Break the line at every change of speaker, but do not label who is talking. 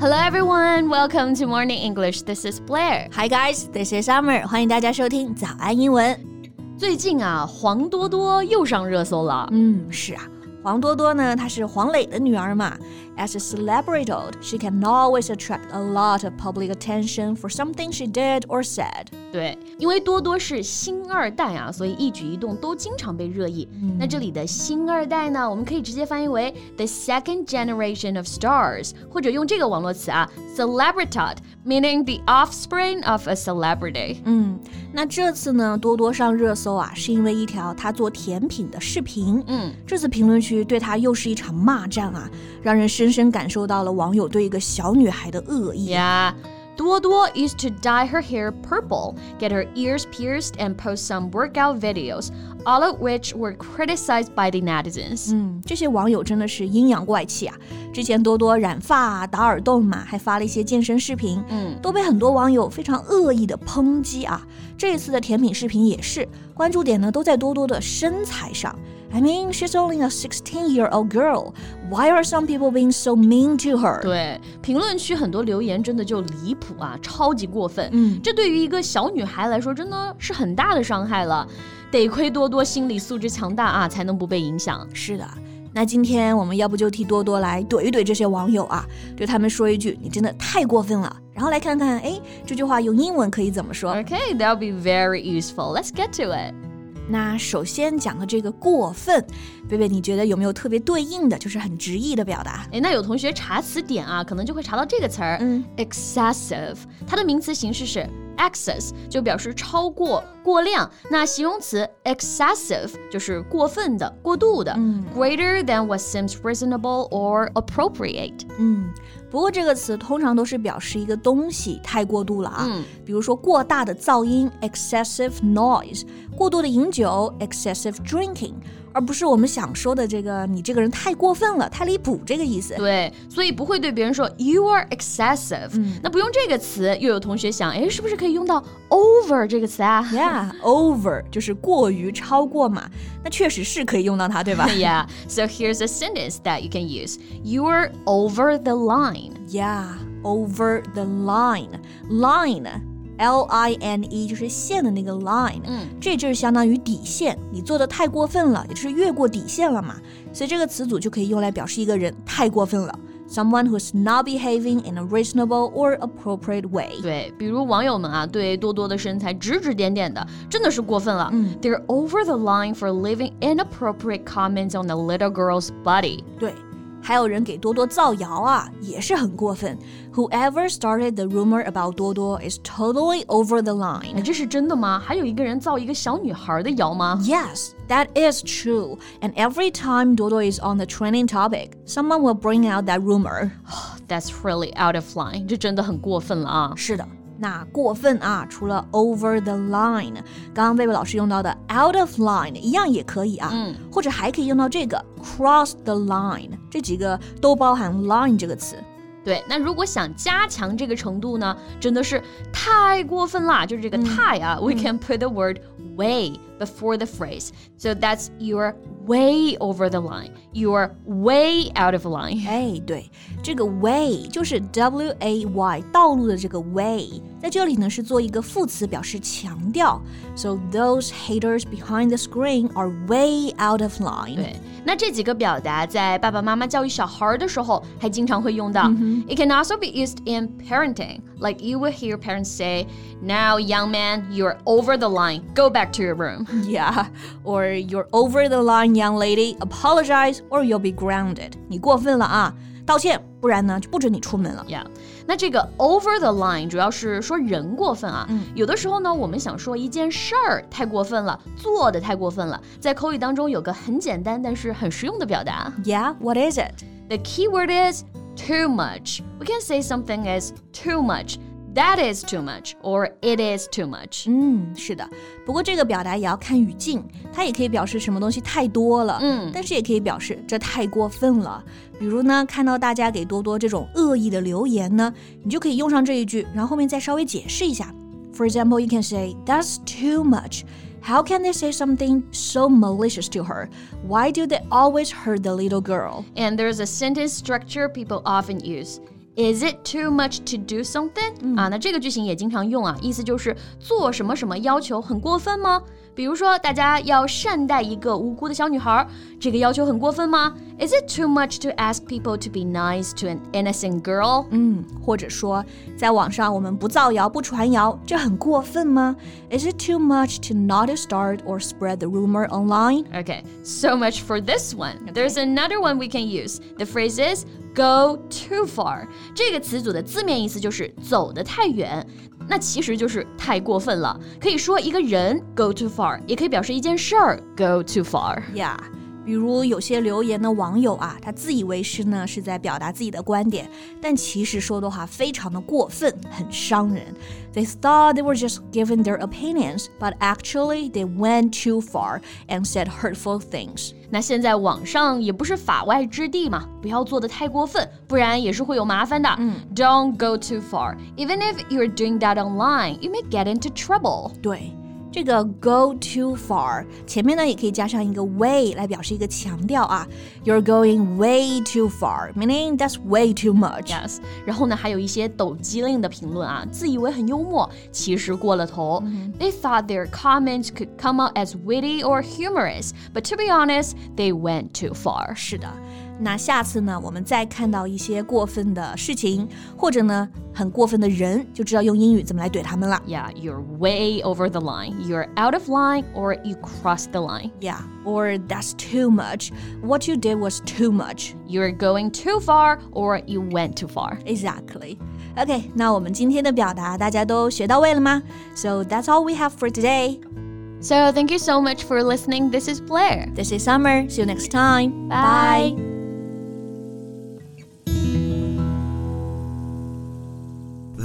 Hello everyone, welcome to Morning English. This is Blair.
Hi guys, this is Summer，欢迎大家收听早安英文。
最近啊，黄多多又上热搜了。
嗯，是啊，黄多多呢，她是黄磊的女儿嘛。As a celebrity, she can always attract a lot of public attention for something she did or said。
对，因为多多是星二代啊，所以一举一动都经常被热议。那这里的星二代呢，我们可以直接翻译为 the second generation of stars，或者用这个网络词啊，celebritod，meaning the offspring of a celebrity。
嗯，那这次呢，多多上热搜啊，是因为一条她做甜品的视频。
嗯，
这次评论区对她又是一场骂战啊，让人深深感受到了网友对一个小女孩的恶意。
Yeah. Duoduo used to dye her hair purple, get her ears pierced, and post some workout videos, all of which were criticized by the netizens.
嗯，这些网友真的是阴阳怪气啊！之前多多染发啊、打耳洞嘛，还发了一些健身视频，
嗯，
都被很多网友非常恶意的抨击啊。这一次的甜品视频也是，关注点呢都在多多的身材上。I mean, she's only a 16-year-old girl. Why are some people being so mean to her?
对，评论区很多留言真的就离谱啊，超级过分。
嗯，
这对于一个小女孩来说，真的是很大的伤害了。得亏多多心理素质强大啊，才能不被影响。
是的。那今天我们要不就替多多来怼一怼这些网友啊，对他们说一句：“你真的太过分了。”然后来看看，哎，这句话用英文可以怎么说？
Okay, that'll be very useful. Let's get to it.
那首先讲的这个过分，贝贝，你觉得有没有特别对应的，就是很直译的表达？
哎，那有同学查词典啊，可能就会查到这个词儿。
嗯
excessive，它的名词形式是 excess，就表示超过、过量。那形容词 excessive 就是过分的、过度的。
嗯
Greater than what seems reasonable or appropriate。
嗯。不过这个词通常都是表示一个东西太过度了啊，
嗯
比如说过大的噪音 （excessive noise），过度的饮酒 （excessive drinking），而不是我们想说的这个你这个人太过分了、太离谱这个意思。
对，所以不会对别人说 you are excessive、
嗯
那不用这个词，又有同学想，哎，是不是可以用到 over 这个词啊？
Yeah，over 就是过于、超过嘛，那确实是可以用到它，对吧
yeah. So here's a sentence that you can use. You are over the line.
Yeah, over the line. Line, L I N E 就是线的那个 line，、
嗯
这就是相当于底线。你做的太过分了，也就是越过底线了嘛。所以这个词组就可以用来表示一个人太过分了，someone who's not behaving in a reasonable or appropriate way。
对，比如网友们啊，对多多的身材指指点点的，真的是过分了。
嗯
They're over the line for leaving inappropriate comments on the little girl's body.
对，还有人给多多造谣啊，也是很过分。Whoever started the rumor about 多多 is totally over the line
哎，。这是真的吗？还有一个人造一个小女孩的谣吗？
Yes, that is true. And every time Dodo is on the trending topic, someone will bring out that rumor.
That's really out of line. 这真的很过分了啊！
是的，那过分啊，除了 over the line，刚刚贝贝老师用到的 out of line 一样也可以啊，
嗯
或者还可以用到这个 cross the line，这几个都包含 line 这个词。
对，那如果想加强这个程度呢，真的是太过分啦！就是这个太啊、w e can put the word way before the phrase. So that's you're way over the line. You're way out of line.
哎，对，这个 way 就是 w a y 道路的这个 way，在这里呢是做一个副词，表示强调。So those haters behind the screen are way out of line。
对，那这几个表达在爸爸妈妈教育小孩儿的时候，还经常会用到。It can also be used in parenting, like you will hear parents say, "Now, young man, you're over the line. Go back to your room."
Yeah, or you're over the line, young lady. Apologize, or you'll be grounded. 你过分了啊，道歉，不然呢就不准你出门了。
Yeah，那这个 over the line 主要是说人过分啊。有的时候呢，我们想说一件事儿太过分了，做的太过分了，在口语当中有个很简单但是很实用的表达。
Yeah, what is it?
The key word is too much. We can say something is too much. That is too much, or it is too much.
嗯，是的，不过这个表达也要看语境，它也可以表示什么东西太多了，
嗯
但是也可以表示这太过分了。比如呢，看到大家给多多这种恶意的留言呢，你就可以用上这一句，然后后面再稍微解释一下。For example, you can say, "That's too much." How can they say something so malicious to her? Why do they always hurt the little girl?
And there's a sentence structure people often use. Is it too much to do something？、啊，那这个句型也经常用啊，意思就是做什么什么要求很过分吗？比如说，大家要善待一个无辜的小女孩，这个要求很过分吗？Is it too much to ask people to be nice to an innocent girl？
嗯，或者说，在网上我们不造谣、不传谣，这很过分吗？Is it too much to not start or spread the rumor online？
Okay, so much for this one. There's another one we can use. The phrase is go too far. 这个词组的字面意思就是走得太远，那其实就是太过分了。可以说一个人 go too far，也可以表示一件事儿 go too far。
呀比如有些留言的网友啊，他自以为是呢是在表达自己的观点，但其实说的话非常的过分，很伤人。They thought they were just giving their opinions, but actually they went too far and said hurtful things.
那现在网上也不是法外之地嘛，不要做得太过分，不然也是会有麻烦的。Don't go too far. Even if you're doing that online, you may get into trouble.
对，这个 go too far 前面呢也可以加上一个 way 来表示一个强调啊。You're going way too far, meaning that's way too much.
Yes，然后呢，还有一些抖机灵的评论啊，自以为很幽默，其实过了头。They thought their comments could come out as witty or humorous, but to be honest, they went too far.
是的，那下次呢，我们再看到一些过分的事情，或者呢很过分的人，就知道用英语怎么来怼他们了。
Yeah, you're way over the line. You're out of line, or you crossed the line.
Yeah, or that's too much. What you did was too much.
You're going too far, or you went too far.
Exactly. OK，那我们今天的表达大家都学到位了吗？So that's all we have for today.
So thank you so much for listening. This is Blair.
This is Summer. See you next time.
Bye.